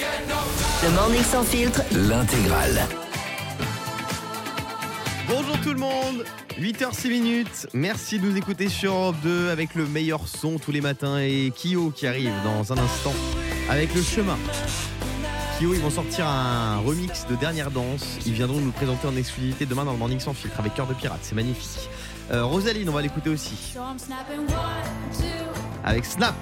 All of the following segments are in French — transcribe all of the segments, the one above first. Le Morning Sans Filtre, L'intégrale. Bonjour tout le monde 8h06 minutes, merci de nous écouter sur Europe 2 avec le meilleur son tous les matins et Kyo qui arrive dans un instant avec le chemin. Kyo, ils vont sortir un remix de Dernière Danse. Ils viendront nous le présenter en exclusivité demain dans le Morning Sans Filtre avec Cœur de Pirate, c'est magnifique. Euh, Rosaline, on va l'écouter aussi avec Snap.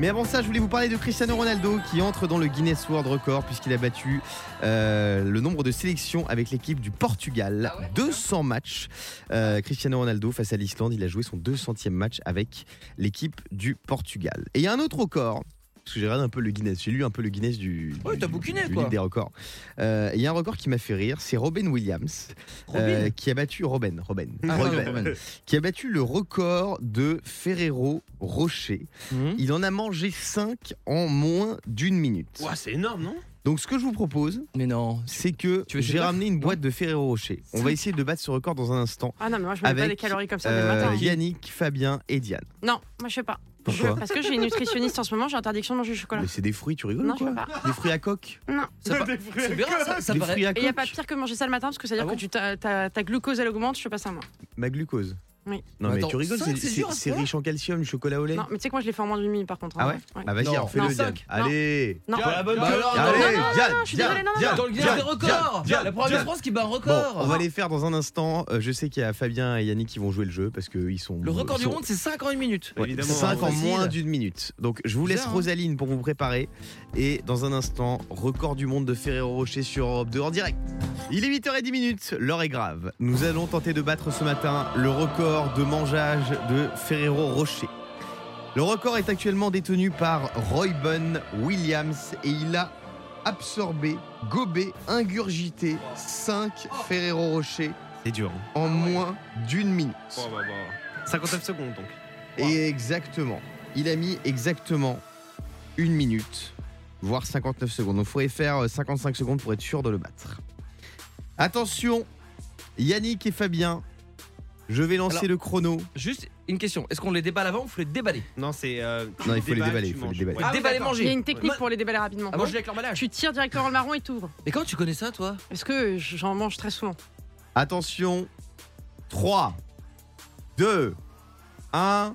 Mais avant ça, je voulais vous parler de Cristiano Ronaldo qui entre dans le Guinness World Record puisqu'il a battu euh, le nombre de sélections avec l'équipe du Ah Portugal. 200 matchs. Euh, Cristiano Ronaldo face à l'Islande, il a joué son 200e match avec l'équipe du Portugal. Et il y a un autre record. Parce que j'ai regardé un peu le Guinness, j'ai lu un peu le Guinness du, Ouais, du- t'as bouquiné, du quoi. livre des records. Euh, Il y a un record qui m'a fait rire, c'est Robin Williams Robin euh, qui a battu Robin, Robin, Ah, Robin, pardon, Robin. qui a battu le record de Ferrero Rocher. Hmm. Mhm. Il en a mangé 5 en moins d'une minute. Ouah, c'est énorme, non Donc ce que je vous propose, Mais non. c'est que Tu veux j'ai chez ramené une boîte de Ferrero Rocher. On va essayer de battre ce record dans un instant. Ah non, mais moi je me mets pas Avec, des calories comme ça dès le Euh, matin. Yannick, Fabien et Diane. Non, moi je fais pas. Pourquoi Parce que j'ai une nutritionniste en ce moment, j'ai interdiction de manger du chocolat. Mais c'est des fruits, tu rigoles Non, ou quoi je sais Des fruits à coque Ça pa- C'est bien, ça, ça Des paraît. fruits à Et coque il n'y a pas pire que manger ça le matin parce que ça veut Ah dire bon que tu ta, ta- ta glucose elle augmente, je fais pas ça moi. Ma glucose. Oui. Bah, Non mais, Attends, tu rigoles, cinq, c'est- c'est c'est dur à ce c'est point riche en calcium, le chocolat au lait. hein, Non, mais tu sais que moi je l'ai fait en moins d'une minute par contre. hein. Ah ouais Bah vas-y, Non. alors fais-le Non, Diane. cinq. Non. Allez Non. Bah, bah, Bah, alors, Allez, non, non, non, Diane, non, je suis Diane, désolée, non, non, Diane, Dans le Guinness Diane, des records Diane, La première Diane. de France qui bat un Bon, record on va les faire dans un instant. Euh, Je sais qu'il y a Fabien et Yannick qui vont jouer le jeu parce qu'ils sont. Le record ils du sont- monde, c'est 5 en une minute. Ouais, Évidemment, cinq hein. en Facile. moins d'une minute. Donc je vous laisse Bizarre, hein. Rosaline pour vous préparer. Et dans un instant, record du monde de Ferrero Rocher sur Europe 2 en direct. Il est 8h10 minutes, l'heure est grave. Nous allons tenter de battre ce matin le record de mangeage de Ferrero Rocher. Le record est actuellement détenu par Royben Williams et il a absorbé, gobé, ingurgité 5 Ferrero Rocher C'est dur. en moins d'une minute. 59 secondes donc. Et exactement. Il a mis exactement une minute, voire 59 secondes. Donc il faudrait faire euh, 55 secondes pour être sûr de le battre. Attention, Yannick et Fabien, je vais lancer Alors- le chrono. Juste une question est-ce qu'on les déballe avant ou faut les déballer Non, c'est. euh, tu Non, il faut les déballes, déballer, tu il faut les manges. déballer. Ah, Ah, Ouais. oui, Déballer, d'accord. manger. Il y a une technique Ouais. pour les déballer rapidement. À manger avec l'emballage. Ah Tu tires directement le marron et t'ouvres. Mais comment tu connais ça, toi Parce que j'en mange très souvent. Attention, 3, 2, 1,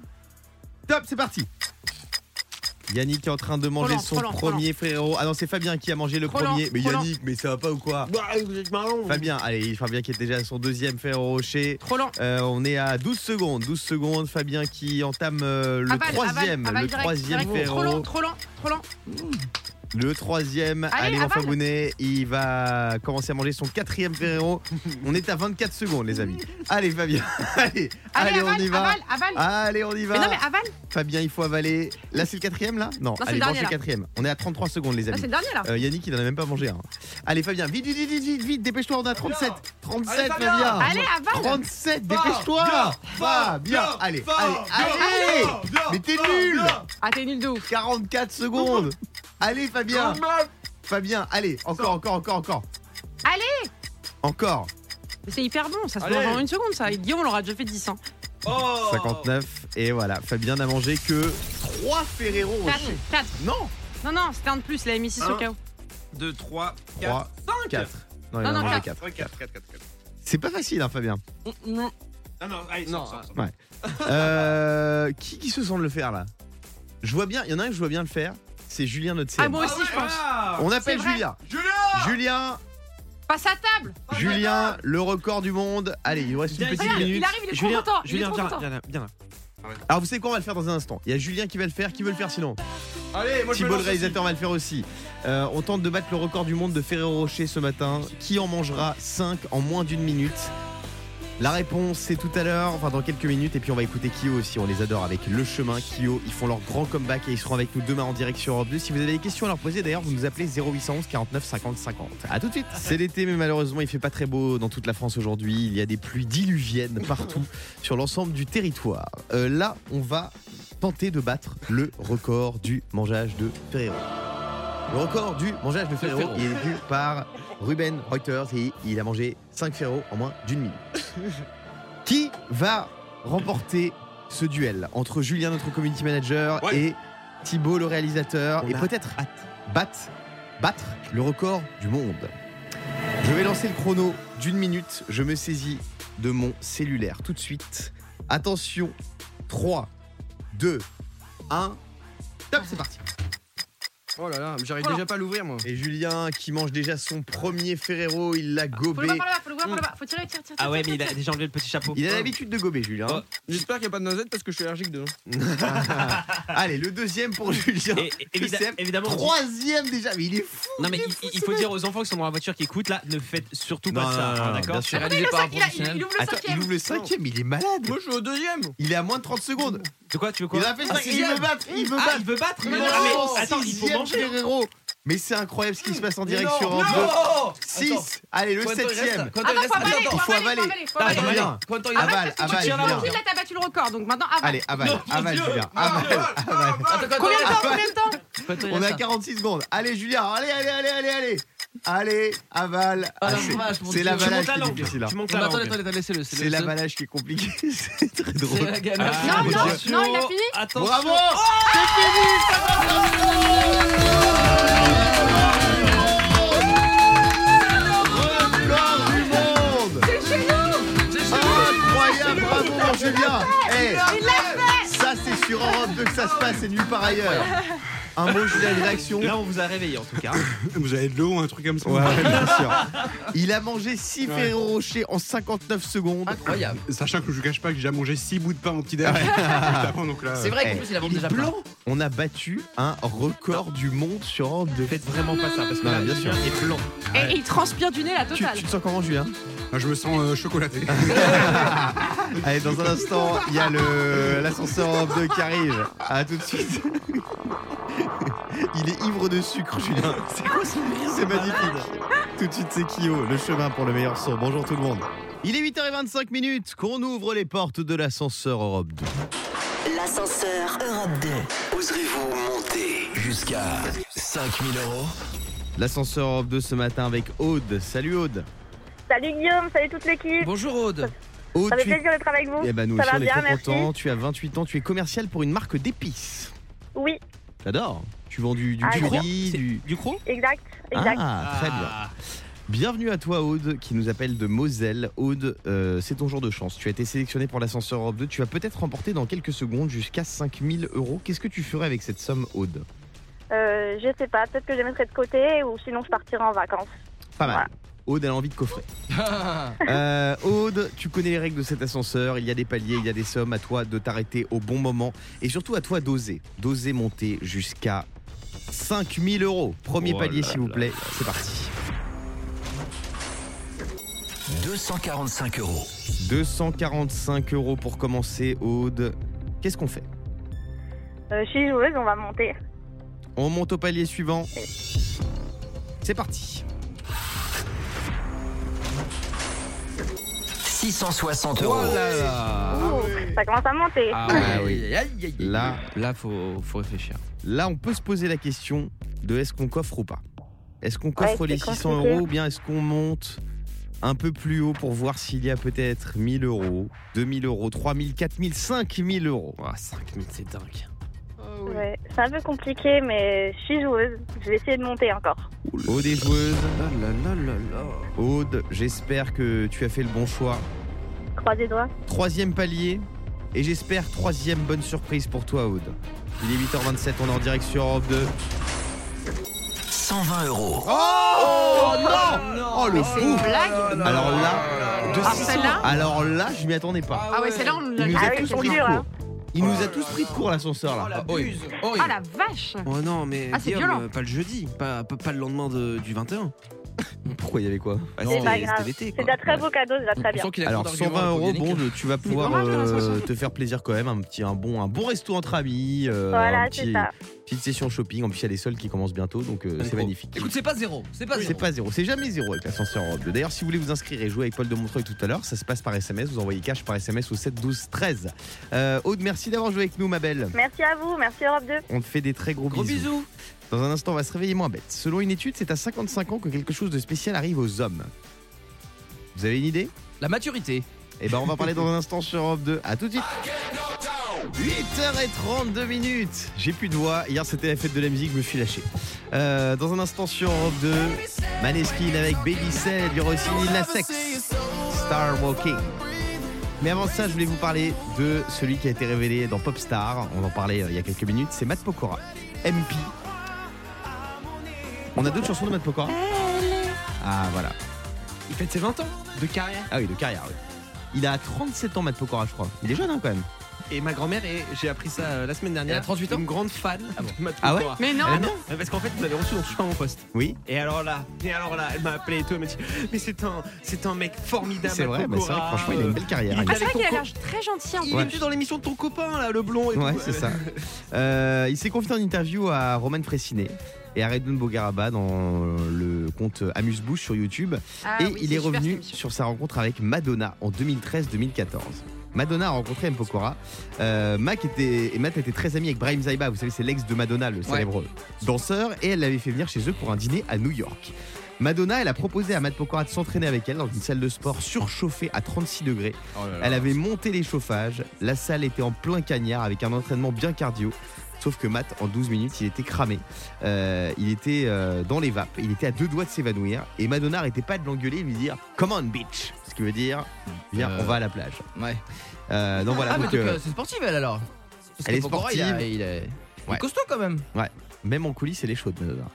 top, c'est parti. Yannick est en train de manger lent, son trop lent, trop premier frérot. Ah non, c'est Fabien qui a mangé le Trop lent, premier. mais trop lent. Yannick, mais ça va pas ou quoi Bah, vous êtes marrant. Fabien, allez, Fabien qui est déjà à son deuxième Ferrero Rocher. Trop lent. Euh, on est à 12 secondes, 12 secondes. Fabien qui entame euh, le Avale, avale, troisième, avale le direct, troisième direct. Trop lent, Ferrero, trop lent, trop lent. le troisième. Allez, Allez, mon avale. Fabounet, il va commencer à manger son quatrième Ferrero. on est à 24 secondes, les amis. Allez, Fabien, allez, allez, Allez, on y avale, va. avale, avale. Allez, on y va. Mais non, mais avale. Fabien, il faut avaler. Là, c'est le quatrième, là Non, c'est allez, le mange dernier, le là. quatrième. On est à 33 secondes, les Là, amis. Ah, c'est le dernier là. Euh, Yannick, il en a même pas mangé un. Allez, Fabien, vite, vite, vite, vite, vite, vite, dépêche-toi, on a 37. 37, Allez, Fabien. Fabien. Allez, avale. 37, dépêche-toi Pas bien Allez, allez, allez Oh, Mais t'es nul Ah, t'es nul de ouf. 44 secondes Allez Fabien Fabien, allez, encore, encore, encore, encore Allez Encore Mais C'est hyper bon, ça se Allez. mange en une seconde ça. Et Guillaume, on l'aura déjà fait 10 hein. Oh. 59, Oh. et voilà, Fabien n'a mangé que 3 Ferrero 4, Rocher. 4. Non Non, non, c'était un de plus, il avait mis 6 au Un. cas où. 2, 3, 3, 4. Non, il en Non, a non, mangé quatre. 4. 4, 4, 4, 4. C'est pas facile, hein, Fabien. Non, non, allez, Non, sors, sors, sors. ouais. Euh, qui, qui se sent de le faire, là Je vois bien, il y en a un que je vois bien le faire, c'est Julien, notre Ah, CM. moi aussi, je pense. Ah On appelle c'est vrai. Julien. Julien Julien, Passe à table Julien, le record du monde. Allez, il nous reste une Viens ici, petite Regarde, minute. il arrive, il est trop Julien, content il est Julien, trop viens là, content. viens là, viens là. Alors vous savez quoi on va le faire dans un instant. Il y a Julien qui va le faire, qui veut le faire sinon. Allez, moi je me Thibault le lance réalisateur va le faire aussi. Euh, on tente de battre le record du monde de Ferrero Rocher ce matin. Qui en mangera 5 en moins d'une minute La réponse c'est tout à l'heure, enfin dans quelques minutes, et puis on va écouter Kyo aussi, on les adore avec Le Chemin, Kyo, ils font leur grand comeback et ils seront avec nous demain en direct sur Europe 2. Si vous avez des questions à leur poser d'ailleurs, vous nous appelez 0811 49 50 50. A tout de suite C'est l'été mais malheureusement il fait pas très beau dans toute la France aujourd'hui, il y a des pluies diluviennes partout sur l'ensemble du territoire. Euh, là on va tenter de battre le record du mangeage de Ferrero. Le record du mangeage de Ferrero, Ferrero. il est vu par Ruben Reuters et il a mangé 5 Ferrero en moins d'une minute. Qui va remporter ce duel entre Julien, notre community manager, Ouais. et Thibaut, le réalisateur, On et a peut-être battre, battre le record du monde. Je vais lancer le chrono d'une minute. Je me saisis de mon cellulaire tout de suite. Attention, 3, 2, 1. Top, c'est parti. Oh là là, mais j'arrive Voilà. déjà pas à l'ouvrir moi. Et Julien qui mange déjà son premier Ferrero, il l'a Faut le gobé. voir par là-bas, faut le voir par là-bas. Faut tirer, tirer, tirer. Ah ouais, mais tirer, il a tirer. déjà enlevé le petit chapeau. Il a l'habitude de gober, Julien. Oh. J'espère qu'il n'y a pas de noisette parce que je suis allergique dedans. Allez, le deuxième pour Julien. Et- et- évida- Deuxième. évidemment. on dit- Troisième déjà, mais il est fou. Non mais il est il, fou, il ce faut mec. dire aux enfants qui sont dans la voiture qui écoutent là, ne faites surtout pas Non, ça, non, non, hein, non, d'accord bien sûr. Attendez, Réalisé le par un cinq- il a- il- professionnel. il ouvre le Attends, il cinquième. ouvre le cinquième, il est malade. Moi je suis au deuxième Il est à moins de 30 secondes. De quoi tu veux quoi Il a fait Ah, ça, il sixième. veut battre, il veut Ah, battre. il veut battre Il mais est non, en mais attends, il faut sixième manger. Ferrero. Mais c'est incroyable ce qui se passe en direct non, sur non. un 6, allez, le Combien de temps il reste septième. Ah Combien de non, temps il faut reste avaler, Attends, faut attends. faut avaler. avaler, faut avaler, faut Ah, avaler. Julien. Julien. Combien de temps il reste Avale, Parce avale, que tiens, là, Julien. Mathilde, là, t'as battu le record, donc maintenant, avale. Allez, avale, avale, Ah, Julien. Ah. Avale, avale. bah, Attends, combien Combien de de temps temps Combien de temps Combien de temps il On est reste à 46 secondes. Allez, Julien, allez, allez, allez, allez, allez. Allez, avale. Ah, la Ah, vache, c'est- mon c'est Dieu. Tu montes l'avalage la qui est langue. difficile. hein. Tu montes Mais la attends, langue. attends, attends, laissez-le. C'est l'avalage qui est compliqué. C'est très C'est drôle. la galère. Ah, Non, non, attention. non, il a fini Attention. Bravo C'est fini ça va. Record du monde Incroyable, bravo mon Julien Eh, Il l'a fait Ça c'est sur Europe 2 que ça se passe et nulle part ailleurs Un mot Julien de réaction Là, on vous a réveillé en tout cas. Vous avez de l'eau, un truc comme ça Ouais, bien sûr. Il a mangé 6 Ferrero Rocher en 59 secondes. Incroyable. Sachant que je vous cache pas que j'ai déjà mangé 6 bouts de pain en petit déj. juste avant, donc là, C'est vrai qu'en Eh, plus, il a il est vendu déjà plein. On a battu un record du monde sur Europe 2. Faites vraiment pas ça parce que Non, là, bien Julien sûr. est blanc. Et il transpire du nez, la Tu, totale. tu te sens comment Julien euh, je me sens euh, chocolaté. Allez, dans un instant, il y a le- l'ascenseur Europe 2 qui arrive. À tout de suite. Il est ivre de sucre, Julien. C'est quoi ce C'est magnifique. Tout de suite, c'est Kyo, le chemin pour le meilleur son. Bonjour tout le monde. Il est 8h25 minutes qu'on ouvre les portes de l'ascenseur Europe 2. L'ascenseur Europe 2. Oserez-vous monter jusqu'à 5000 euros L'ascenseur Europe 2 ce matin avec Aude. Salut Aude. Salut Guillaume, salut toute l'équipe. Bonjour Aude. Aude, Ça fait tu es- plaisir d'être avec vous. Eh ben nous Ça aussi, va on est bien, très merci. contents. Tu as 28 ans, tu es commercial pour une marque d'épices. Oui, J'adore. Tu vends du, du Ah, curry, C'est- du. Du croc exact, exact. Ah, très bien. Bienvenue à toi Aude qui nous appelle de Moselle. Aude, euh, c'est ton jour de chance. Tu as été sélectionné pour l'ascenseur Europe 2. Tu vas peut-être remporter dans quelques secondes jusqu'à 5000 euros. Qu'est-ce que tu ferais avec cette somme Aude Euh, je sais pas, peut-être que je les mettrai de côté ou sinon je partirai en vacances. Pas mal. Voilà. Aude, elle a envie de coffrer. Euh, Aude, tu connais les règles de cet ascenseur. Il y a des paliers, il y a des sommes. À toi de t'arrêter au bon moment. Et surtout à toi d'oser. D'oser monter jusqu'à 5000 euros. Premier Oh palier, là s'il vous plaît. C'est parti. 245 euros. 245 euros pour commencer, Aude. Qu'est-ce qu'on fait Euh, je suis joueuse, on va monter. On monte au palier suivant. C'est parti. 660 euros. Ouh, Ça commence à monter. Ah Oh Ah oui. oui. Aïe, aïe, aïe. Là, Là, faut, faut réfléchir. là, on peut se poser la question de est-ce qu'on coffre ou pas Est-ce qu'on coffre Ouais, les c'est 600 compliqué. euros ou bien est-ce qu'on monte un peu plus haut pour voir s'il y a peut-être 1000 euros, 2000 euros, 3000, 4000, 5000 euros Ah, Ouah, 5000, c'est dingue. Ouais, C'est un peu compliqué, mais je suis joueuse. Je vais essayer de monter encore. Aude est joueuse. Là là là là là. Aude, j'espère que tu as fait le bon choix. Croise les doigts. Troisième palier. Et j'espère troisième bonne surprise pour toi, Aude. Il est 8h27, on est en direct sur Europe 2. 120 euros. Oh non Oh le C'est une fou blague Alors là, de Ah, 600. celle-là Alors là, je m'y attendais pas. Ah ouais, celle-là, on l'a Il nous Ah a oui, tous c'est pris de dur, court. hein. Il nous a tous pris de court l'ascenseur là. Ah, oui. Oh, Ah la vache Oh non, mais Ah, c'est Guillaume, violent. euh, pas le jeudi, pas, pas, pas le lendemain de- du 21. Ah, Pourquoi il y avait quoi Bah, C'est c'était- pas grave. c'était l'été, quoi. C'est un très beau cadeau, c'est très bien. sent qu'il a Alors trop d'arguments 120 euros, pour bon, gagner. tu vas pouvoir euh, te faire plaisir quand même, un petit, un bon, un bon resto entre amis, euh, un Voilà, petit- c'est ça. petite session shopping. En plus, il y a les soldes qui commencent bientôt, donc euh, c'est pro. magnifique. Écoute, c'est pas zéro. C'est pas C'est zéro. pas zéro, c'est jamais zéro avec l'ascenseur Europe 2. D'ailleurs, si vous voulez vous inscrire et jouer avec Paul de Montreuil tout à l'heure, ça se passe par SMS. Vous envoyez cash par SMS au 7 12 13. Euh, Aude, merci d'avoir joué avec nous, ma belle. Merci à vous, merci Europe 2. On te fait des très gros, Gros bisous. bisous. Dans un instant, on va se réveiller moins bête. Selon une étude, c'est à 55 ans que quelque chose de spécial arrive aux hommes. Vous avez une idée La maturité. Eh ben, on va parler dans un instant sur Europe 2. À tout de suite. 8h32 minutes. J'ai plus de voix. Hier, c'était la fête de la musique. Je me suis lâché. Euh, dans un instant sur Europe 2, Maneskin avec Baby Cell, du Rossini, La Sex, Star Walking. Mais avant ça, je voulais vous parler de celui qui a été révélé dans Popstar. On en parlait euh, il y a quelques minutes. C'est Matt Pokora, MP. On a d'autres chansons de Matt Pokora Ah voilà. Il fête ses 20 ans de carrière. Ah oui, de carrière, oui. Il a 37 ans, Matt Pokora, je crois. Il est jeune hein, quand même. Et ma grand-mère est, j'ai appris ça euh, la semaine dernière, Elle a 38 ans une grande fan de Matt Ah ouais Pokora. Mais non, Ah non, parce qu'en fait, vous avez reçu dans Touche pas à mon poste. Oui. Et alors là, et alors là, elle m'a appelé et tout, elle m'a dit Mais c'est un, c'est un mec formidable. C'est vrai, Matt bah, c'est vrai, Pokora, franchement, il a une belle carrière. Ah, c'est vrai Avec qu'il a ton l'air très gentil en Il Ouais. était dans l'émission de ton copain là, le blond et Ouais, tout. c'est ça. Euh, il s'est confié en interview à Roman Frécinet et à Redon Bogaraba dans le compte Amuse-Bouche sur YouTube. Ah et oui, il c'est est super, revenu cette émission. sur sa rencontre avec Madonna en 2013-2014. Madonna a rencontré M. Pokora. Euh, Mac était, et Matt était très ami avec Brahim Zaiba, vous savez, c'est l'ex de Madonna, le célèbre danseur, et elle l'avait fait venir chez eux pour un dîner à New York. Madonna, elle a proposé à Matt Pokora de s'entraîner avec elle dans une salle de sport surchauffée à 36 degrés. Elle avait monté les chauffages, la salle était en plein cagnard avec un entraînement bien cardio. Sauf que Matt, en 12 minutes, il était cramé. Euh, il était euh, dans les vapes, il était à deux doigts de s'évanouir. Et Madonna n'arrêtait pas de l'engueuler et lui dire Come on, bitch Ce qui veut dire Viens, Euh. on va à la plage. Ouais. Euh, donc voilà, ah, mais donc, donc, euh, euh, c'est sportive elle alors Parce elle que est Pokora, il a- sportive. Il est Ouais. costaud quand même. même en coulisses, elle est chaude, Madonna.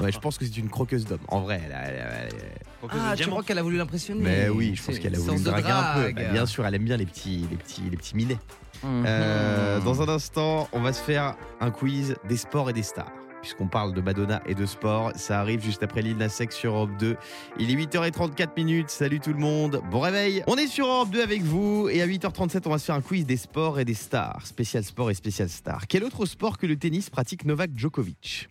ouais, je pense que c'est une croqueuse d'homme. En vrai, elle a- elle a- elle a- Ah, tu crois qu'elle a voulu l'impressionner Mais oui, je pense C'est qu'elle a une voulu me sorte de draguer un peu. drague. Bah, Bien sûr, elle aime bien les petits, les petits, les petits minets. Mhm. Euh, dans un instant, on va se faire un quiz des sports et des stars. Puisqu'on parle de Madonna et de sport, ça arrive juste après l'île Sec sur Europe 2. Il est 8h34 minutes. Salut tout le monde. Bon réveil. On est sur Europe 2 avec vous. Et à 8h37, on va se faire un quiz des sports et des stars. Spécial sport et spécial star. Quel autre sport que le tennis pratique Novak Djokovic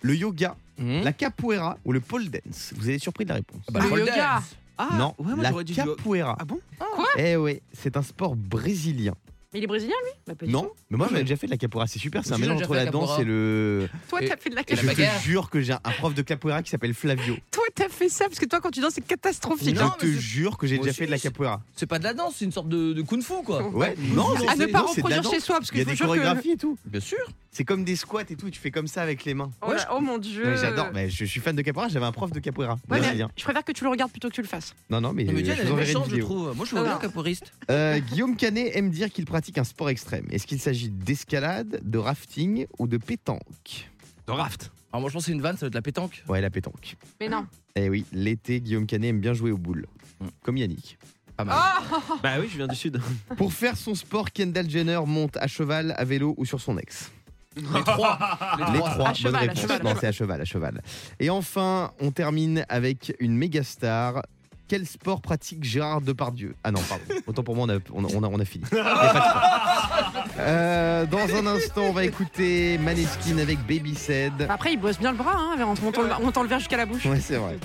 Le yoga, Hmm? Mhm. la capoeira ou le pole dance Vous avez surpris de la réponse. Bah, Le pole yoga. dance. Ah, non, ouais, moi la j'aurais dit du- capoeira. Ah bon Quoi Eh ouais, c'est un sport brésilien. Mais il est brésilien lui Bah, pas du Non, tout. mais moi Non, j'en ai mais- déjà fait de la capoeira, c'est super, c'est un J'ai mélange déjà entre fait la la danse et capoeira. le. Toi, Et- t'as fait de la et Et la je te bagarre. jure que j'ai un prof de capoeira qui s'appelle Flavio. Toi, t'as fait ça parce que toi, quand tu danses, c'est catastrophique. je Non, te mais c'est- jure que j'ai Moi déjà aussi, fait de la c'est- capoeira. C'est pas de la danse, c'est une sorte de, de kung-fu quoi. Ouais, Ah, non, hein. à ne c'est- non, pas c'est de la reproduire danse. chez soi parce que Il y a je des vous jure que. chorégraphies et tout. Bien sûr. C'est comme des squats et tout, tu fais comme ça avec les mains. Oh, là, oh mon dieu. Non, mais J'adore, mais je suis fan de capoeira, j'avais un prof de capoeira. Ouais, mais brésilien. je préfère que tu le regardes plutôt que tu le fasses. Non, non, mais, Non, mais euh, Diane, je elle vous est enverrai une méchante, je vidéo. trouve. Moi, je vois Alors. bien capoeiriste. Euh, Guillaume Canet aime dire qu'il pratique un sport extrême. Est-ce qu'il s'agit d'escalade, de rafting ou de pétanque Dans Raft. Alors, moi, je pense que c'est une vanne, ça doit être la pétanque. Ouais, la pétanque. Mais non. Eh oui, l'été, Guillaume Canet aime bien jouer aux boules. Mm. Comme Yannick. Pas mal. Oh Ah. Bah oui, je viens du sud. Pour faire son sport, Kendall Jenner monte à cheval, à vélo ou sur son ex. Les trois. Les trois, Ah, À bonne cheval, à réponse. cheval, à non, c'est à cheval, à cheval. Et enfin, on termine avec une méga star. Quel sport pratique Gérard Depardieu Ah non, pardon. Autant pour moi, on a, on a- on a- on a fini. Il y a pas de sport. Euh, dans un instant, on va écouter Maneskin avec Baby Said. Bah Après, il bosse bien le bras, hein, en se montant le, en montant le verre jusqu'à la bouche. Ouais, c'est vrai.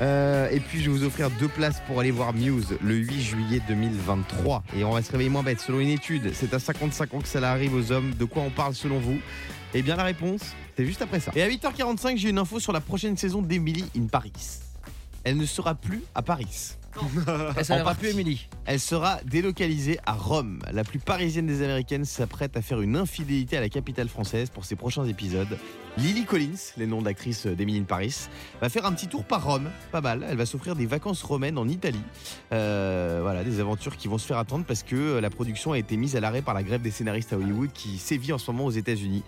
Euh, et puis je vais vous offrir deux places pour aller voir Muse le 8 juillet 2023. Et on va se réveiller moins bête. Selon une étude, c'est à 55 ans que ça arrive aux hommes. De quoi on parle selon vous Eh bien la réponse, c'est juste après ça. Et à 8h45, j'ai une info sur la prochaine saison d'Emily in Paris. Elle ne sera plus à Paris. Elle s'en En ira partie. plus, Émilie. Elle sera délocalisée à Rome. La plus parisienne des Américaines s'apprête à faire une infidélité à la capitale française pour ses prochains épisodes. Lily Collins, les noms d'actrice d'Emily in Paris, va faire un petit tour par Rome. Pas mal. Elle va s'offrir des vacances romaines en Italie. Euh, voilà, des aventures qui vont se faire attendre parce que euh, la production a été mise à l'arrêt par la grève des scénaristes à Hollywood qui sévit en ce moment aux États-Unis.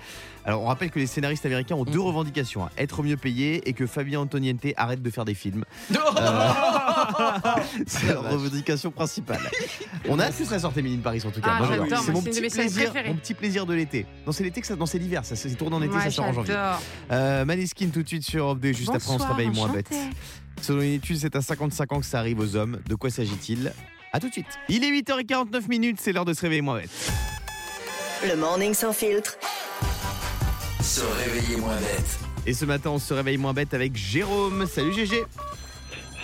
Alors, on rappelle que les scénaristes américains ont deux Mm. revendications hein. être mieux payés et que Fabien Antoniente arrête de faire des films. Euh, C'est la revendication principale. On a hâte que ça sorte Emily in Paris en tout cas. Ah, Moi, j'adore. j'adore, c'est moi, mon c'est une de petit mes séries plaisir, préférées. mon petit plaisir de l'été. Non, c'est l'été que ça, non, c'est l'hiver. Ça, se tourne en été, ça Ouais, sort en janvier. j'adore. Euh, Maneskin tout de suite sur Europe 2, juste après on se Bonsoir, réveille moins bête. enchantée. Selon une étude, c'est à 55 ans que ça arrive aux hommes. De quoi s'agit-il À tout de suite. Il est 8h49 minutes, c'est l'heure de se réveiller moins bête. Le morning sans filtre. Se réveiller moins bête. Et ce matin, on se réveille moins bête avec Jérôme. Salut GG.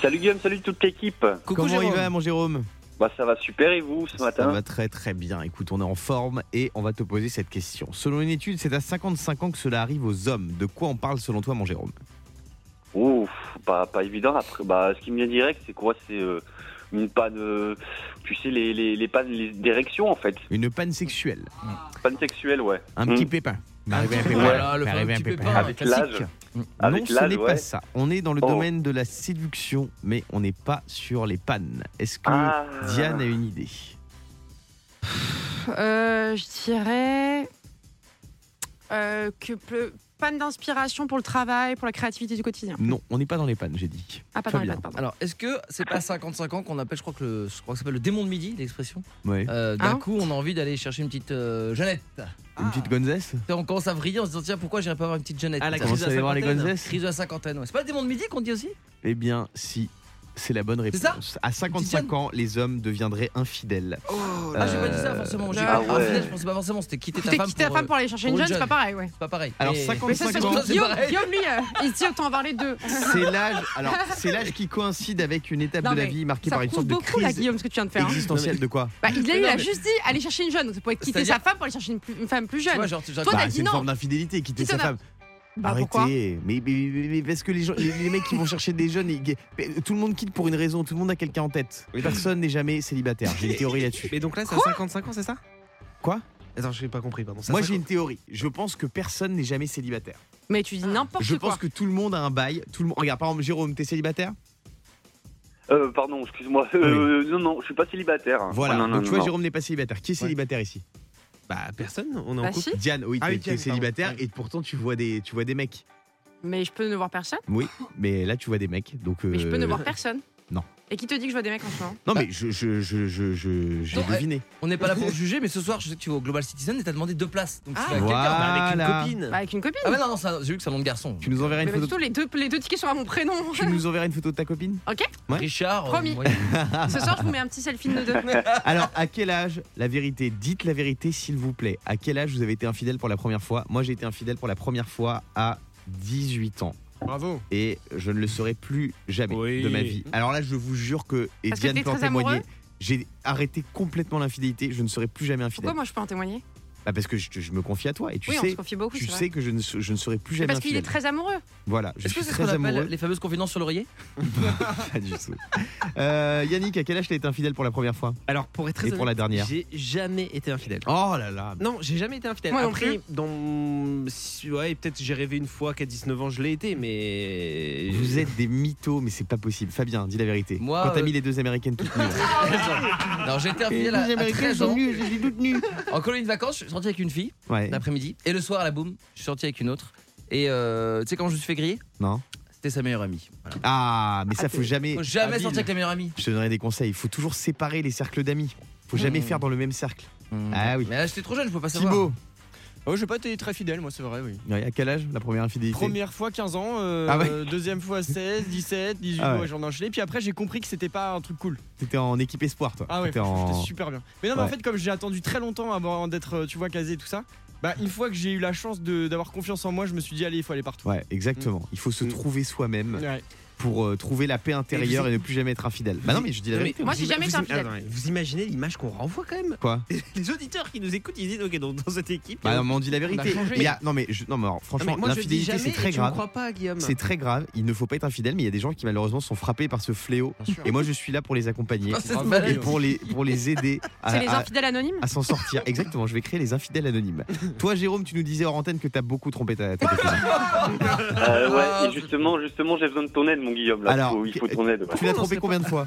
Salut Guillaume, salut toute l'équipe. Coucou, Comment Jérôme. il va mon Jérôme Bah ça va super et vous ce Ça matin va très très bien. Écoute, on est en forme et on va te poser cette question. Selon une étude, c'est à 55 ans que cela arrive aux hommes. De quoi on parle selon toi, mon Jérôme bah, Ouf, pas pas évident. Après, bah ce qui me vient direct, c'est quoi C'est euh, une panne, euh, tu sais, les, les, les pannes les- d'érection en fait. Une panne sexuelle. Panne sexuelle, ouais. Un Mm. petit pépin. M'est arrivé un petit pépin. pépin. Voilà, le M'est arrivé fameux un petit pépin. pépin, Avec l'âge. classique. Avec Ah, non, ce l'âge, n'est ouais. pas ça. On est dans le Oh. domaine de la séduction, mais on n'est pas sur les pannes. Est-ce que Ah. Diane a une idée Euh, je dirais euh, que ple- panne d'inspiration pour le travail, pour la créativité du quotidien. Non, on n'est pas dans les pannes, j'ai dit. Ah, pas dans les Fabien. pannes, pardon. Alors, est-ce que c'est pas 55 ans qu'on appelle, je crois que le, je crois que ça s'appelle le démon de midi, l'expression Ouais. Euh, D'un Ah. coup, on a envie d'aller chercher une petite euh, Jeannette. Une ah. petite gonzesse On commence à vriller en se disant tiens, pourquoi j'irais pas voir une petite Jeannette Ah, la Ça crise commence de la à aller voir les cinquantaine. gonzesses. Crise de la cinquantaine, ouais. C'est pas le démon de midi qu'on dit aussi Eh bien, si. C'est la bonne C'est ça réponse. À 55 ans, les hommes deviendraient infidèles. Oh, Ah, j'ai pas dit Euh, ça forcément. J'ai pas- Ah ouais. en fait, je pensais pas forcément, c'était quitter ta Écoutez, femme. quitter la pour, femme pour euh, aller chercher une pour une jeune, c'est pas jeune. pareil, ouais. C'est pas pareil. Alors, Mais- 55 Mais ça, c'est ans, c'est Guillaume, pareil. Guillaume, lui, euh, il se dit autant avoir les deux. C'est l'âge. Alors, c'est l'âge qui coïncide avec une étape Non, de la mais vie marquée ça par une sorte prouve de beaucoup, là, crise Guillaume, ce que tu viens de faire. hein. existentielle de quoi Bah, il a, Mais il non, a mais- juste dit aller chercher une jeune, donc ça pourrait être quitter C'est-à-dire- sa femme pour aller chercher une, plus- une femme plus Tu jeune. vois, genre, tu- genre, Toi, t'as Bah, C'est dit une non. forme d'infidélité quitter Quitter sa ta- femme. Bah, pourquoi Arrêtez. Mais, mais- mais- mais parce que les, gens, les, les mecs qui vont chercher des jeunes, ils- mais euh, tout le monde quitte pour une raison. Tout le monde a quelqu'un en tête. Personne n'est jamais célibataire. J'ai une théorie là-dessus. Mais donc là, c'est à 55 ans, c'est ça Quoi Attends, j'ai pas compris, pardon. c'est à Moi, j'ai une théorie. Je pense que personne n'est jamais célibataire. Mais Ah. tu dis n'importe Je quoi. pense que tout le monde a un bail. Tout le monde. Regarde, par exemple, Jérôme, t'es célibataire Euh, pardon, excuse-moi. Euh, Non, non, je suis pas célibataire. Voilà. Ah, non, non, Donc tu vois, non. Jérôme n'est pas célibataire. Qui est célibataire ici Bah, personne, on est en Bah, couple. si, Diane, oui, Ah t'es oui, t'es Diane, pardon. célibataire et pourtant tu vois des, tu vois des mecs. mais je peux ne voir personne. Oui, mais là tu vois des mecs, donc. Mais je peux ne euh, voir personne. non. Euh. Et qui te dit que je vois des mecs en ce moment Non mais je je je je je- j'ai Donc, eh, deviné. On n'est pas là pour juger, mais ce soir, je sais que tu vas au Global Citizen et t'as demandé deux places. Donc, tu Ah. vas avec quelqu'un. Bah, avec une Voilà. copine. Bah, Avec une copine. Ah, mais non, non, c'est un- j'ai vu que c'est un nom de garçon. Tu nous enverras une mais bah, photo. plutôt, les deux, les deux tickets sont à mon prénom. Tu nous enverras une photo de ta copine. Ok Ouais. Richard. euh, Promis. ouais. Ce soir, je vous mets un petit selfie de nous deux. Alors à quel âge la vérité Dites la vérité s'il vous plaît. À quel âge vous avez été infidèle pour la première fois Moi j'ai été infidèle pour la première fois à 18 ans Bah, Bravo. et je ne le serai plus jamais Oui. de ma vie. Alors là je vous jure que et Parce que Diane t'es peut en très témoigner. amoureux J'ai arrêté complètement l'infidélité. Je ne serai plus jamais infidèle. Pourquoi moi je peux en témoigner Bah, parce que je, je me confie à toi et tu Oui, on se sais. confie beaucoup. Tu c'est vrai. sais que je ne, je ne serai plus Mais jamais parce qu'il est infidèle. très amoureux. Voilà, je Est-ce que suis c'est ce qu'on très appelle amoureux. les fameuses confidences sur l'oreiller Pas du tout. Euh, Yannick, à quel âge t'as été infidèle pour la première fois Alors, pour être très et pour la honnête, dernière j'ai jamais été infidèle. Oh là là Non, j'ai jamais été infidèle. Moi non Après, dans. si- Ouais, peut-être j'ai rêvé une fois qu'à 19 ans je l'ai été, mais. Vous êtes des mythos, mais c'est pas possible. Fabien, dis la vérité. Moi, Quand t'as euh, mis les deux américaines toutes nues. Ah. Alors, j'ai été infidèle à, à 13 ans. nues, j'ai toutes nues. En colonie de vacances, je suis sorti avec une fille Ouais. l'après-midi. Et le soir, à la boum, je suis sorti avec une autre. Et euh, tu sais, quand je me suis fait griller Non. C'était sa meilleure amie. Voilà. Ah, mais ça, faut jamais. Faut jamais Habile. sortir avec la meilleure amie. Je te donnerai des conseils. Faut toujours séparer les cercles d'amis. Faut jamais Hmm. faire dans le même cercle. Mmh. Ah oui. Mais là, j'étais trop jeune, je peux pas savoir. Thibaut, Oh, j'ai pas été très fidèle, moi, c'est vrai, oui. ouais, à quel âge la première infidélité Première fois 15 ans, euh, Ah ouais. euh, deuxième fois 16, 17, 18, Ah ouais. ouais, j'en ai enchaîné. Puis après, j'ai compris que c'était pas un truc cool. T'étais en équipe espoir, toi. Ah ouais, T'étais franchement, en... j'étais super bien. Mais non, mais en Ouais. fait, comme j'ai attendu très longtemps avant d'être, euh, tu vois, casé et tout ça, bah, une fois que j'ai eu la chance de- d'avoir confiance en moi, je me suis dit, allez, il faut aller partout. Ouais, exactement. Il faut se trouver soi-même. Ouais. pour euh, trouver la paix intérieure et ne plus jamais être infidèle. Bah non, mais je dis la Non, mais vérité. Moi, j'ai vous- jamais vous- été infidèle. Attends, Vous imaginez l'image qu'on renvoie quand même Quoi Les auditeurs qui nous écoutent, ils disent Ok, donc dans cette équipe. Bah non, mais on dit la vérité. changé. Il y a- Non, mais, je- non, mais alors, Non, mais franchement, moi je dis l'infidélité, jamais, c'est très et tu me grave. crois pas, Guillaume. C'est très grave. Il ne faut pas être infidèle, mais il y a des gens qui malheureusement sont frappés par ce fléau. Et moi, je suis là pour les accompagner Oh, c'est Bravo. malade. et pour les, pour les aider à, C'est les à- infidèles anonymes à s'en sortir. Exactement, je vais créer les infidèles anonymes. Toi, Jérôme, tu nous disais hors antenne que t'as beaucoup trompé ta, ta copine. Euh, ouais, et justement, justement, j'ai besoin de ton aide, mon Guillaume. Là, Alors, Faut- il faut que- ton aide. ouais. Tu l'as trompé combien de fois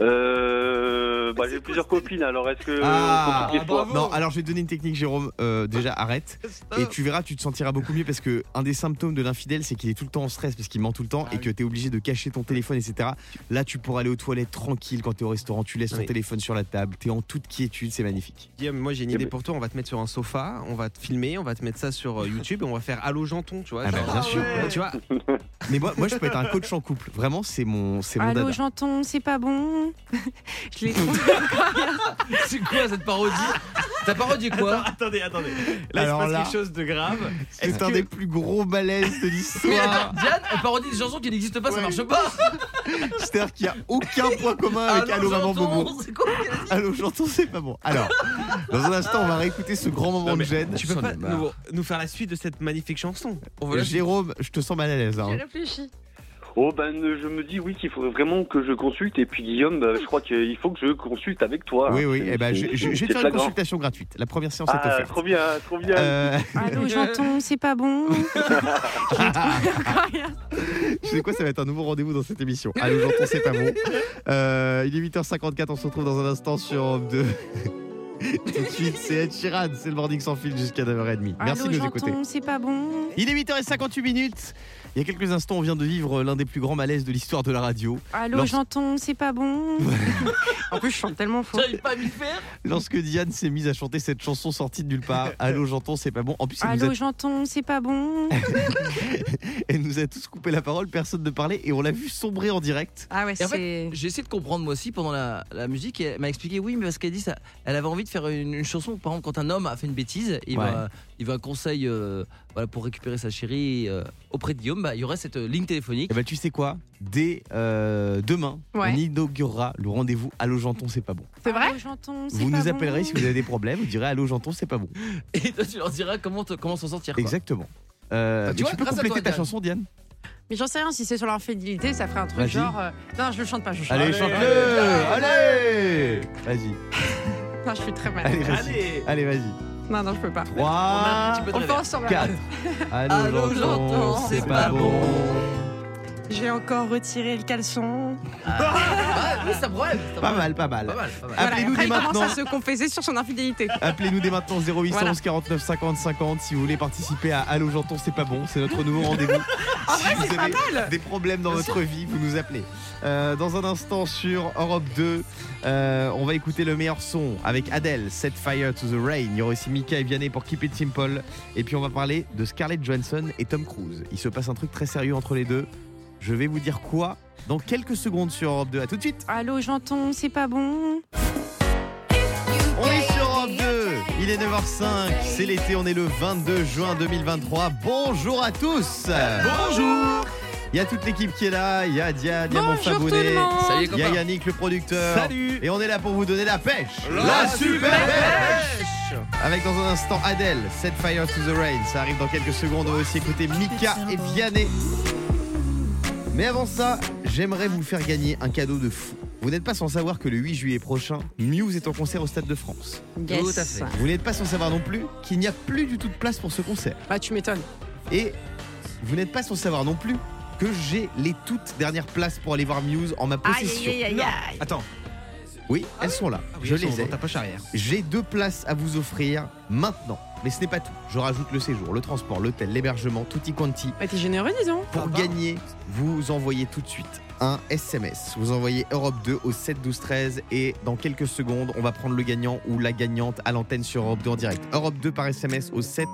Euh, bah, j'ai plusieurs copines, alors est-ce que Ah, on complique l'histoire Oh. Non, alors je vais te donner une technique, Jérôme. Euh, déjà, arrête. Et tu verras, tu te sentiras beaucoup mieux parce que un des symptômes de l'infidèle, c'est qu'il est tout le temps en stress parce qu'il ment tout le Ah temps et que t'es obligé de cacher ton téléphone, etc. Là, tu pourras aller aux toilettes tranquille quand t'es au restaurant. Tu laisses ton Oui. téléphone sur la table. T'es en toute quiétude, c'est magnifique. Guillaume, moi j'ai une Eh idée ben. pour toi. On va te mettre sur un sofa, on va te filmer, on va te mettre ça sur euh, YouTube et on va faire Allô Janton, tu vois. Ah bah, genre, bien sûr. euh, Tu vois, Mais moi, moi, je peux être un coach en couple. Vraiment, c'est mon, c'est mon Allô, dada. j'entends, c'est pas bon. je l'ai trouvé. C'est quoi cette parodie T'as parodié quoi Attendez, attendez. Là, il se Alors passe là- quelque chose de grave. C'est un des plus gros balaises de Mais l'histoire. attends, Diane, elle parodie des chansons qui n'existent pas, ça marche pas Ah C'est-à-dire qu'il n'y a aucun point commun avec Allô, maman j'entends, Bobo. c'est quoi Allô, j'entends, c'est pas bon. Alors, dans un instant, on va réécouter ce grand moment de gêne. tu peux J'en ai pas marre. nous, nous faire la suite de cette magnifique chanson. Euh, On veut la- Jérôme, je te sens mal à l'aise. hein. J'ai réfléchi. Oh ben euh, je me dis oui qu'il faudrait vraiment que je consulte et puis Guillaume bah, je crois qu'il faut que je consulte avec toi. Oui, oui, C'est- eh ben, je, je- je vais c'est te faire une flagrant. consultation gratuite. La première séance est Ah offerte. trop bien, trop bien. Euh, Allô, j'entends, c'est pas bon. je sais quoi, ça va être un nouveau rendez-vous dans cette émission. Allô, j'entends, c'est pas bon. Euh, il est 8h54, on se retrouve dans un instant sur Europe 2. Tout de suite, c'est Ed Sheeran, c'est le morning sans fil jusqu'à 9h30. Merci Allô, de nous écouter. j'entends, c'est pas bon. Il est 8h58 minutes. Il y a quelques instants, on vient de vivre l'un des plus grands malaises de l'histoire de la radio. Allô, Lorsque- j'entends, c'est pas bon. en plus, je chante tellement faux. J'arrive pas à m'y faire. Lorsque Diane s'est mise à chanter cette chanson sortie de nulle part, Allô, j'entends, c'est pas bon. En plus, elle nous, Allô, a, j'entends, c'est pas bon. elle nous a tous coupé la parole, personne ne parlait et on l'a vu sombrer en direct. Ah ouais, Et en fait, c'est. J'ai essayé de comprendre moi aussi pendant la, la musique et elle m'a expliqué oui mais parce qu'elle dit ça, elle avait envie de faire une, une chanson où, par exemple quand un homme a fait une bêtise il, Ouais. va, il veut un conseil euh, voilà, pour récupérer sa chérie euh, auprès de Guillaume bah, il y aurait cette euh, ligne téléphonique Et bah, tu sais quoi Dès euh, demain, Ouais. on inaugurera le rendez-vous Allô, j'entends, c'est pas bon. C'est vrai Allô, j'entends, c'est Vous pas nous bon. appellerez si vous avez des problèmes, vous direz Allô, j'entends, c'est pas bon. et toi tu leur diras comment te- comment s'en sortir Ah, quoi. Exactement. Euh, Ah, mais tu tu, vois, peux grâce à compléter toi, ta Diane. chanson, Diane Mais j'en sais rien, si c'est sur l'infidélité, ça ferait un truc Vas-y. genre. euh, Non, je le chante pas, je chante. Allez, Allez, chante-le Allez Vas-y, Non, je suis très mal. allez, vas-y. Allez, vas-y. Non, non, je peux pas. un petit 3, peu de On réverb. pense sur ma 4. Allô, j'entends, c'est pas bon. J'ai encore retiré le caleçon. Ah oui, ça problème, ça Pas problème. mal, pas mal. Pas mal, pas mal. Voilà, et Appelez-nous après, dès il commence maintenant. à se confesser sur son infidélité. Appelez-nous dès maintenant 0811 Voilà. 49 50 50 si vous voulez participer à Allô j'entends c'est pas bon, c'est notre nouveau rendez-vous. si vous avez des problèmes dans votre vie, vous nous appelez. Euh, dans un instant sur Europe 2, euh, on va écouter le meilleur son avec Adele, Set Fire to the Rain. Il y aura aussi Mika et Vianney pour Keep It Simple. Et puis on va parler de Scarlett Johansson et Tom Cruise. Il se passe un truc très sérieux entre les deux. Je vais vous dire quoi dans quelques secondes sur Europe 2. À tout de suite. Allô, j'entends, c'est pas bon. On est sur Europe 2, il est 9h05, c'est l'été, on est le 22 juin 2023. Bonjour à tous Bonjour Il y a toute l'équipe qui est là, il y a Dia, Diamant Bonjour tout Fabonnet, le monde. Salut les il y a copains. Yannick le Euh, producteur. Salut Et on est là pour vous donner la pêche La super pêche Avec dans un instant Adèle, Set Fire to the Rain, ça arrive dans quelques secondes, on va aussi écouter Mika et Vianney. Mais avant ça, j'aimerais vous faire gagner un cadeau de fou. Vous n'êtes pas sans savoir que le 8 juillet prochain, Muse est en concert au Stade de France. Tout à fait. Vous n'êtes pas sans savoir non plus qu'il n'y a plus du tout de place pour ce concert. Bah, tu m'étonnes. Et vous n'êtes pas sans savoir non plus que j'ai les toutes dernières places pour aller voir Muse en ma possession. aïe, aïe. Attends, Oui, elles sont là. oui, Je elles sont les ai. dans ta poche arrière. J'ai deux places à vous offrir maintenant. Mais ce n'est pas tout. Je rajoute le séjour, le transport, l'hôtel, l'hébergement, tutti quanti. Bah, t'es généreux, disons. Pour gagner, vous envoyez tout de suite un SMS. Vous envoyez Europe 2 au 7 12 13 et dans quelques secondes, on va prendre le gagnant ou la gagnante à l'antenne sur Europe 2 en direct. Europe 2 par SMS au 7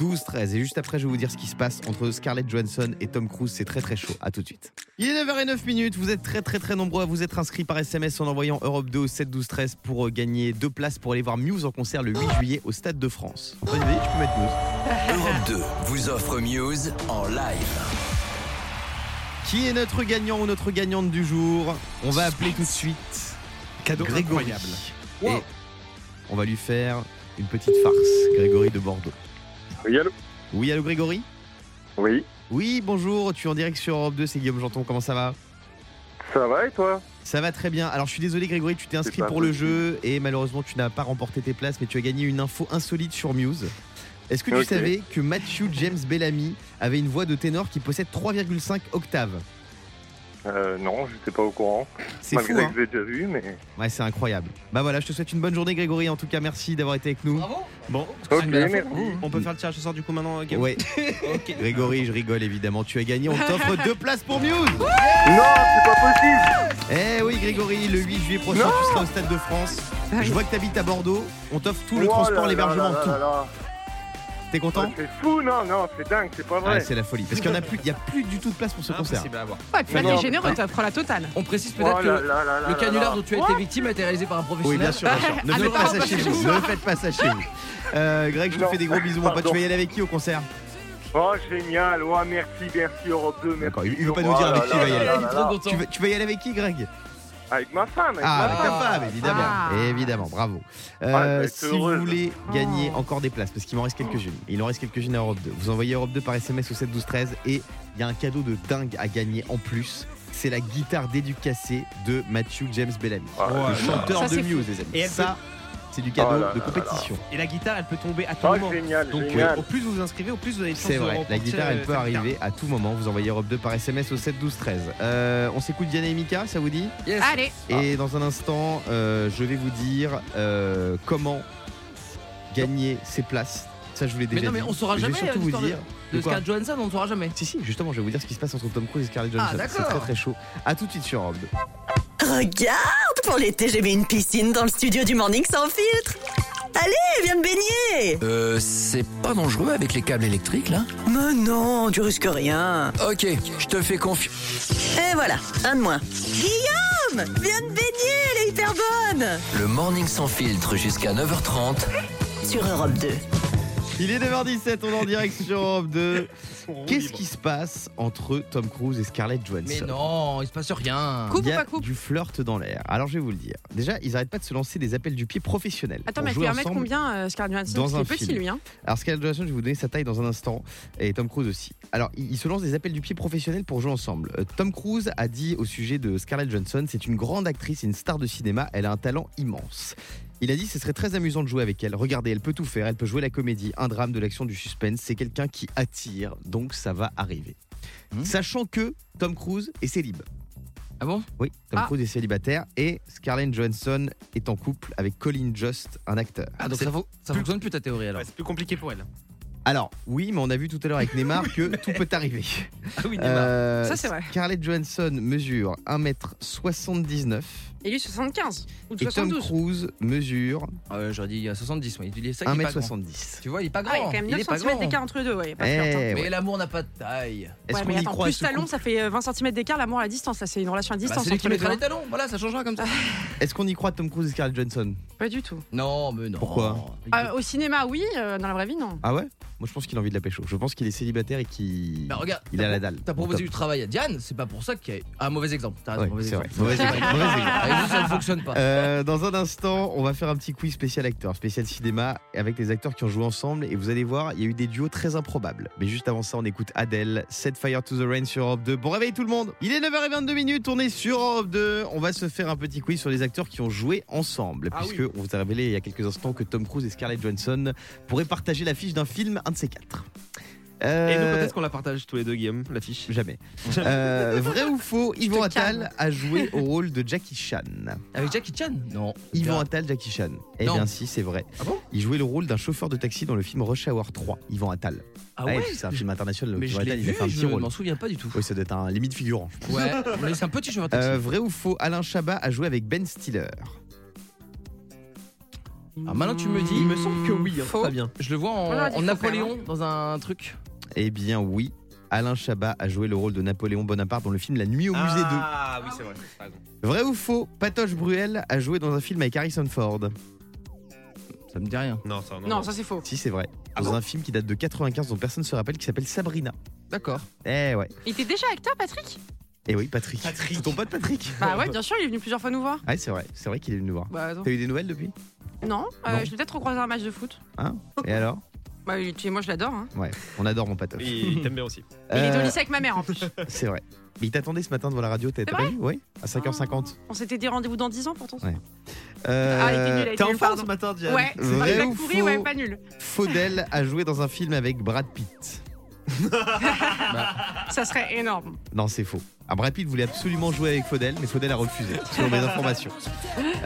12 13 et juste après, je vais vous dire ce qui se passe entre Scarlett Johansson et Tom Cruise. C'est très très chaud. À tout de suite. Il est 9h09 minutes. Vous êtes très très très nombreux à vous être inscrits par SMS en envoyant Europe 2 au 7 12 13 pour euh, gagner deux places pour aller voir Muse en concert le 8 juillet au Stade de France. Bonne idée, tu peux mettre Muse. Europe 2 vous offre Muse en live. Qui est notre gagnant ou notre gagnante du jour On va appeler tout de suite Cadeau Grégory. incroyable. Et on va lui faire une petite farce. Grégory de Bordeaux. Oui allô. Oui, allô Grégory Oui. Oui, bonjour, tu es en direct sur Europe 2, c'est Guillaume Janton, comment ça va Ça va et toi Ça va très bien. Alors je suis désolé Grégory, tu t'es inscrit pas pour le jeu et malheureusement tu n'as pas remporté tes places mais tu as gagné une info insolite sur Muse. Est-ce que tu Ok. savais que Matthew James Bellamy avait une voix de ténor qui possède 3,5 octaves euh, Non, j'étais pas au courant. C'est fou, hein que j'ai déjà vu, mais. Ouais, c'est incroyable. Bah voilà, je te souhaite une bonne journée Grégory, en tout cas merci d'avoir été avec nous. Bravo. Bon, Ok, mais la faute, merci. on peut faire le tirage au sort du coup maintenant, euh, Gab Ouais, Ok. Grégory, je rigole évidemment, tu as gagné, on t'offre deux places pour Muse Non, c'est pas possible Eh oui Grégory, le 8 juillet prochain tu seras au Stade de France. Je vois que t'habites à Bordeaux, on t'offre tout le Oh là transport, là l'hébergement, là tout. là là. T'es content C'est fou, non, non, c'est dingue, c'est pas Ah, vrai. c'est la folie. Parce qu'il n'y a, plus- il y a plus du tout de place pour ce Ah, concert. Impossible à avoir. Ouais, puis là, Non, t'es généreux, t'offres la totale. On précise Oh peut-être que là le- là là là le là canular là. dont tu as été victime a été réalisé par un Oui, professionnel. bien sûr, bien sûr. Ne Ah, faites mais pas non, ça pas chez chez vous. moi. Ne faites pas ça chez vous. Euh, Greg, je te Non. fais des gros bisous, mon pote. Tu Pardon. vas y aller avec qui au concert Oh, génial, ouais, merci, merci Europe 2, merci. D'accord, il- il veut pas nous dire Oh là avec qui il va y là aller. là là là. Trop content. tu vas, tu vas y aller avec qui, Greg Avec ma femme. Avec Ah, ma avec ta femme, évidemment. Ah. Évidemment, bravo. Euh, Ouais, je vais être si heureux, vous là. voulez gagner Oh. encore des places, parce qu'il m'en reste quelques-unes, il en reste quelques-unes à Europe 2, vous envoyez Europe 2 par SMS au 7 12 13 et il y a un cadeau de dingue à gagner en plus. C'est la guitare d'éducacé de Mathieu James Bellamy, Ah, là là. le chanteur Ça, de c'est Muse, fou. les amis. Et elle ça, c'est Oh du cadeau de compétition. Et la guitare, elle peut tomber à tout Oh, Ah, moment. génial, Donc, euh, génial. au plus vous vous inscrivez, au plus vous avez de chances C'est de vrai, la remporter, guitare euh, elle peut cette guitare. arriver à tout moment. Vous envoyez Europe 2 par SMS au 7 12 13. Euh, on s'écoute Diana et Mika, ça vous dit Yes. Allez. Ah. Et dans un instant, euh, je vais vous dire euh, comment gagner ses places. Ça, je vous l'ai Mais déjà non, mais dit. on saura Je vais jamais. surtout euh, vous l'histoire de- dire De quoi Scarlett Johansson, on ne saura jamais. Si, si, justement, je vais vous dire ce qui se passe entre Tom Cruise et Scarlett Ah, Johansson. C'est d'accord. très très chaud. À tout de suite sur Europe 2. Regarde, pour l'été, j'ai mis une piscine dans le studio du Morning sans filtre. Allez, viens te baigner Euh, c'est pas dangereux avec les câbles électriques là Mais non, tu risques rien. Ok, je te fais confiance. Et voilà, un de moins. Guillaume, viens te baigner, elle est hyper bonne Le morning sans filtre jusqu'à 9h30 Sur Europe 2. Il est 9h17, on est en direct sur Europe 2. Qu'est-ce qui se passe entre Tom Cruise et Scarlett Johansson Mais non, il se passe rien. Il y a Du flirt dans l'air. Alors je vais vous le dire. Déjà, ils arrêtent pas de se lancer des appels du pied professionnels. Attends, pour mais elle jouer fait 1m ensemble combien, euh, Scarlett Johansson dans Parce un qu'il est petit, film. lui. Hein. Alors Scarlett Johansson, je vais vous donner sa taille dans un instant et Tom Cruise aussi. Alors ils ils se lancent des appels du pied professionnels pour jouer ensemble. Euh, Tom Cruise a dit au sujet de Scarlett Johansson, c'est une grande actrice, et une star de cinéma, elle a un talent immense. Il a dit ce serait très amusant de jouer avec elle. Regardez, elle peut tout faire, elle peut jouer la comédie, un drame, de l'action, du suspense, c'est quelqu'un qui attire, donc ça va arriver. Sachant que Tom Cruise est célib. Ah bon Oui, Tom Ah. Cruise est célibataire et Scarlett Johansson est en couple avec Colin Jost, un acteur. Ah, donc C'est- ça, vaut- ça fonctionne plus ta théorie alors. C'est plus compliqué pour elle. alors, oui, mais on a vu tout à l'heure avec Neymar que tout peut arriver. Ah oui, Euh, Neymar. Ça, c'est vrai. Scarlett Johansson mesure 1m79 Et lui, 75 ou et Tom 72. Cruise mesure Euh, J'aurais dit euh, 70, ouais. Il est ça, il est pas grand. 1m70. Tu vois, il est pas grand. Ah, il y a quand Oh, même Il 9 est pas cm grand. d'écart entre les deux, ouais. il y a pas de Eh, flirt, hein. ouais. Mais l'amour n'a pas de taille. Est-ce Ouais, qu'on mais y attends, croit à plus ce talon, ça fait euh, 20 cm d'écart, l'amour à distance, là, c'est une relation à Bah, distance c'est lui entre qui les deux. mettra hein. les talons. Voilà, ça changera comme ça. Ah. Est-ce qu'on y croit à Tom Cruise et Scarlett Johansson Pas du tout. Non, mais non. Pourquoi Euh, au cinéma, oui, euh, dans la vraie vie, non. Ah ouais Moi, je pense qu'il a envie de la pécho. Je pense qu'il est célibataire et qu'il Bah, regarde, il a la dalle. T'as proposé Top. du travail à Diane, c'est pas pour ça qu'il y a. Ah, mauvais exemple. T'as raison, Ouais, mauvais c'est exemple. vrai. Mauvais exemple, mauvais exemple. Ah, juste, ça ne fonctionne pas. Euh, dans un instant, on va faire un petit quiz spécial acteur, spécial cinéma, avec les acteurs qui ont joué ensemble. Et vous allez voir, il y a eu des duos très improbables. Mais juste avant ça, on écoute Adele, Set Fire to the Rain sur Europe 2. Bon réveil tout le monde Il est 9h22 minutes, on est sur Europe 2. On va se faire un petit quiz sur les acteurs qui ont joué ensemble. Ah puisque on vous a révélé il y a quelques instants que Tom Cruise et Scarlett Johansson pourraient partager l'affiche d'un film, un de ces quatre. Et nous, Euh, quand est-ce qu'on la partage tous les deux, Guillaume, l'affiche Jamais. euh, vrai ou faux, Yvon Attal a joué au rôle de Jackie Chan. Avec Jackie Chan Non. Yvan Attal, Jackie Chan. Eh Non. bien, si, c'est vrai. il jouait le rôle d'un chauffeur de taxi dans le film Rush Hour 3, Yvan Attal. Ah ouais C'est un film international. Mais Yvan je Attal, l'ai il a vu, fait un petit je rôle. m'en souviens pas du tout. Oui, ça doit être un limite figurant. je pense. Ouais, mais c'est un petit cheveu. Euh, vrai ou faux, Alain Chabat a joué avec Ben Stiller. Ah, maintenant tu me dis. Il me semble que oui, hein, Faux. très bien. Je le vois On aurait en, dit en faux, Napoléon dans un truc. Eh bien, oui. Alain Chabat a joué le rôle de Napoléon Bonaparte dans le film La Nuit au Musée 2. Ah oui, c'est vrai. t'as raison. Vrai ou faux, Patoche Bruel a joué dans un film avec Harrison Ford. Ça me dit rien. Non, ça, Non, ça, c'est faux. Si, c'est vrai. Dans un film qui date de 95 dont personne ne se rappelle qui s'appelle Sabrina. D'accord. Eh ouais. Il était déjà acteur, Patrick Eh oui, Patrick. Patrick. Ton pote Patrick. Bah ouais, bien sûr, il est venu plusieurs fois nous voir. Ouais, c'est vrai. C'est vrai qu'il est venu nous voir. Bah, attends. T'as eu des nouvelles depuis Non, euh, Non. je l'ai peut-être recroisé à un match de foot. Hein Et alors Bah, il- tu sais, moi, je l'adore. hein. Ouais, on adore mon patoche. Euh, Il t'aime bien aussi. Il est au lycée avec ma mère, en plus. C'est vrai. Mais il t'attendait ce matin devant la radio, t'as C'est t'as pas vrai vu Oui, à 5h50. On s'était dit rendez-vous dans 10 ans, pourtant. Ouais. Ah, il était nul, il Euh, était nul, pardon. Ouais, c'est pas Vrai Jacques ou Coury, faux ouais, pas nul. Faudel a joué dans un film avec Brad Pitt. Ça serait énorme. Non, c'est faux. Ah, Brad Pitt voulait absolument jouer avec Faudel, mais Faudel a refusé, selon mes informations.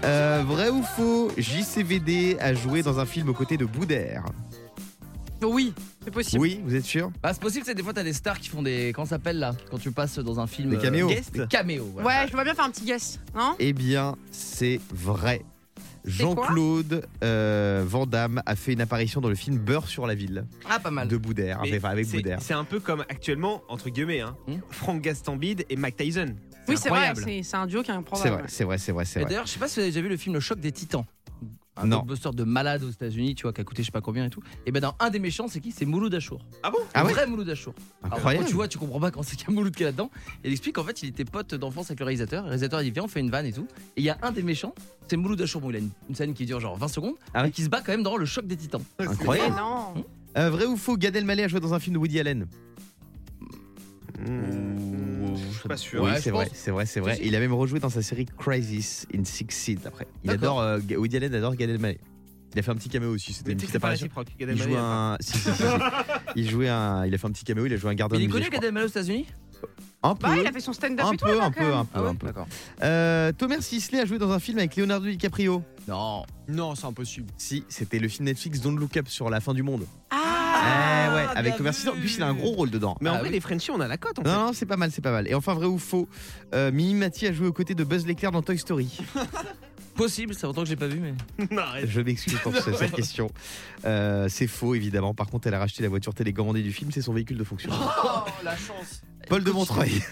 Euh, vrai ou faux JCVD a joué dans un film aux côtés de Boudère. Oui, c'est possible. Oui, vous êtes sûr Bah, c'est possible, c'est des fois t'as des stars qui font des. Comment ça s'appelle là Quand tu passes dans un film. Des euh, caméos. guest Des caméos, voilà. Ouais, je vois bien faire un petit guess, non Eh bien, c'est vrai. quoi Jean-Claude euh, Van Damme a fait une apparition dans le film Beurre sur la ville. Ah, pas mal. De Boudère. Mais Enfin, avec c'est- Boudère. C'est un peu comme actuellement, entre guillemets, hein, Frank Gastambide et Mike Tyson. Oui, c'est vrai, incroyable. c'est c'est un duo qui est improbable. C'est vrai, c'est vrai, c'est vrai, c'est Et vrai. D'ailleurs, je sais pas si vous avez déjà vu le film Le Choc des Titans. un Non. blockbuster de malade aux États-Unis, tu vois, qui a coûté je sais pas combien et tout. Et ben dans un des méchants, c'est qui C'est Mouloud Achour. Ah bon Le Ah ouais vrai Mouloud Achour. Alors, Incroyable. quand tu vois, tu comprends pas quand c'est qu'il y a Mouloud qui est là-dedans. Et il explique qu'en fait, il était pote d'enfance avec le réalisateur. Le réalisateur, il dit Viens, on fait une vanne et tout. Et il y a un des méchants, c'est Mouloud Achour. Bon, il a une, une scène qui dure genre 20 secondes, Ah et qui se bat quand même dans le choc des titans. Incroyable. Mais non. Euh, vrai ou faux, Gad Elmaleh a joué dans un film de Woody Allen Mmh. Je suis pas sûr. Oui, Ouais, c'est je vrai, pense. c'est vrai, c'est vrai. Si, si. Il a même rejoué dans sa série Crisis in Six Seed après. Il adore D'accord. euh, Ga- Woody Allen, adore Gad Elmaleh. Il a fait un petit caméo aussi, c'était Mais une tu sais que petite c'est pas apparition. réciproque. Gad Il jouait Elmaleh, un, si, si, si, si. il jouait un, il a fait un petit caméo, il a joué un gardien Il de est musée. connu je crois. Gad Elmaleh aux États-Unis Un peu, Bah, il a fait hein. son stand-up un et tout. peu, là, un quand même. peu, un peu, Ah ouais, un peu. d'accord. Euh, Thomas Sisley a joué dans un film avec Leonardo DiCaprio. Non. Non, c'est impossible. Si, c'était le film Netflix Don't Look Up sur la fin du monde. Ah eh ouais, avec bien Thomas Sisley. En plus, il a un gros rôle dedans. Mais en Ah vrai, oui. les Frenchies, on a la cote en fait. Non, non, c'est pas mal, c'est pas mal. Et enfin, vrai ou faux, euh, Mimi Mati a joué aux côtés de Buzz l'éclair dans Toy Story. Possible, ça fait longtemps que j'ai pas vu, mais. Arrête. Je m'excuse pour ce- cette question. Euh, c'est faux, évidemment. Par contre, elle a racheté la voiture télécommandée du film, c'est son véhicule de fonction. Oh, la chance. Paul de Montreuil.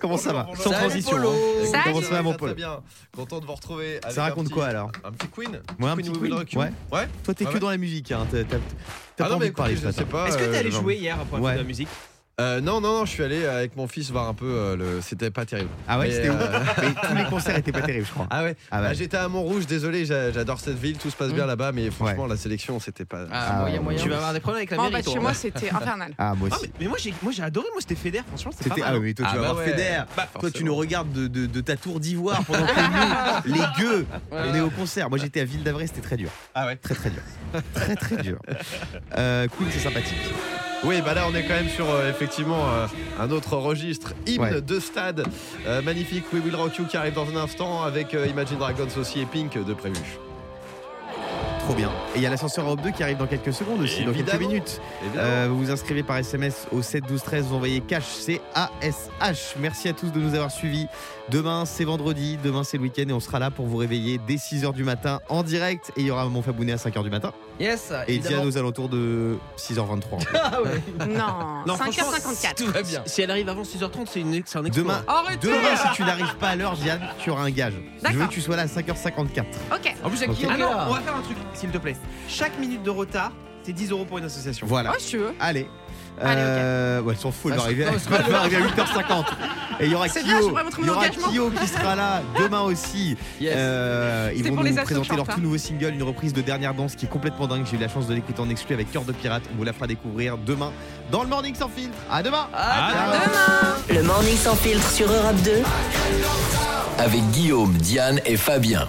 Comment ça va Sans Salut, transition. Polo. hein. Salut. Comment ça va, mon très Paul bien. Content de vous retrouver. avec Ça raconte un petit- quoi alors Un petit Queen. hein. Moi, un petit We Will Queen, Rock You. ouais. Ouais. Toi, t'es Ah que ouais. dans la musique. Hein. T'as t'as- t'as Ah pas non, mais envie de parler écoutez, ce je sais matin. pas. Est-ce que t'es euh, allé genre- jouer hier pour un Ouais. peu de la musique Euh, Non, non, non. Je suis allé avec mon fils voir un peu. euh, le... C'était pas terrible. Ah ouais, Mais, c'était où euh, Mais tous les concerts étaient pas terribles, je crois. Ah ouais. Ah ouais. Mmh. Ah, J'étais à Montrouge. Désolé. j'a- J'adore cette ville. Tout se passe bien là-bas. Mais franchement, la sélection, c'était pas. Ah, Ah, moyen, moyen. Tu vas avoir des problèmes avec la Bon, mairie, bah, toi, chez hein. moi, c'était infernal. Ah, moi Ah, aussi. mais, mais moi j'ai moi j'ai adoré moi c'était Feder franchement c'était pas C'était- mal. Ah, mais toi, tu Ah vas bah voir ouais. Feder. Bah, Toi, tu forcément. nous regardes de, de- de ta tour d'ivoire pendant que nous, les gueux, on est au concert. Moi, j'étais à Ville d'Avray, c'était très dur. Ah ouais. Très, très dur. Très, très dur. Euh, Queen, c'est sympathique. Oui, bah là on est quand même sur euh, effectivement euh, un autre registre, hymne Ouais. de stade, Euh, magnifique We Will Rock You qui arrive dans un instant avec euh, Imagine Dragons aussi et Pink de prévu. Trop bien. Et il y a l'ascenseur Europe 2 qui arrive dans quelques secondes aussi, dans quelques Évidemment. minutes. Évidemment. Euh, vous vous inscrivez par SMS au 7 12 13, vous envoyez cash, c'est ASH. Merci à tous de nous avoir suivis. Demain, c'est vendredi, demain, c'est le week-end et on sera là pour vous réveiller dès 6h du matin en direct. Et il y aura mon Fabounet à 5h du matin. Yes Et Diane évidemment. aux alentours de 6h23. Ah ouais, Non, Non, franchement, 5h54. tout va bien. Si elle arrive avant 6h30 c'est une c'est un exploit. Demain, Arrêtez demain si tu n'arrives pas à l'heure, Diane, tu auras un gage. Je veux D'accord. que tu sois là à 5h54. Ok. En plus avec Ok. qui on Ah est non, là on on va faire un truc s'il te plaît. Chaque minute de retard c'est 10 euros pour une association. Voilà. Oh, si tu veux. Allez. Allez, ok. Euh, ouais, ils sont fous, elle va Ah, arriver, je- non, elle va arriver à 8h50. Et il y aura C'est bien, je Kyo, pourrais montrer il y mon aura engagement. Kyo qui sera là demain aussi. Yes. Euh, ils C'était vont pour nous les assos, présenter je leur chante, tout nouveau single, une reprise de Dernière Danse qui est complètement dingue. J'ai eu la chance de l'écouter en exclu avec Cœur de Pirate. On vous la fera découvrir demain dans le Morning Sans Filtre. À demain Ah, Ciao. Le morning sans filtre sur Europe 2. Avec Guillaume, Diane et Fabien.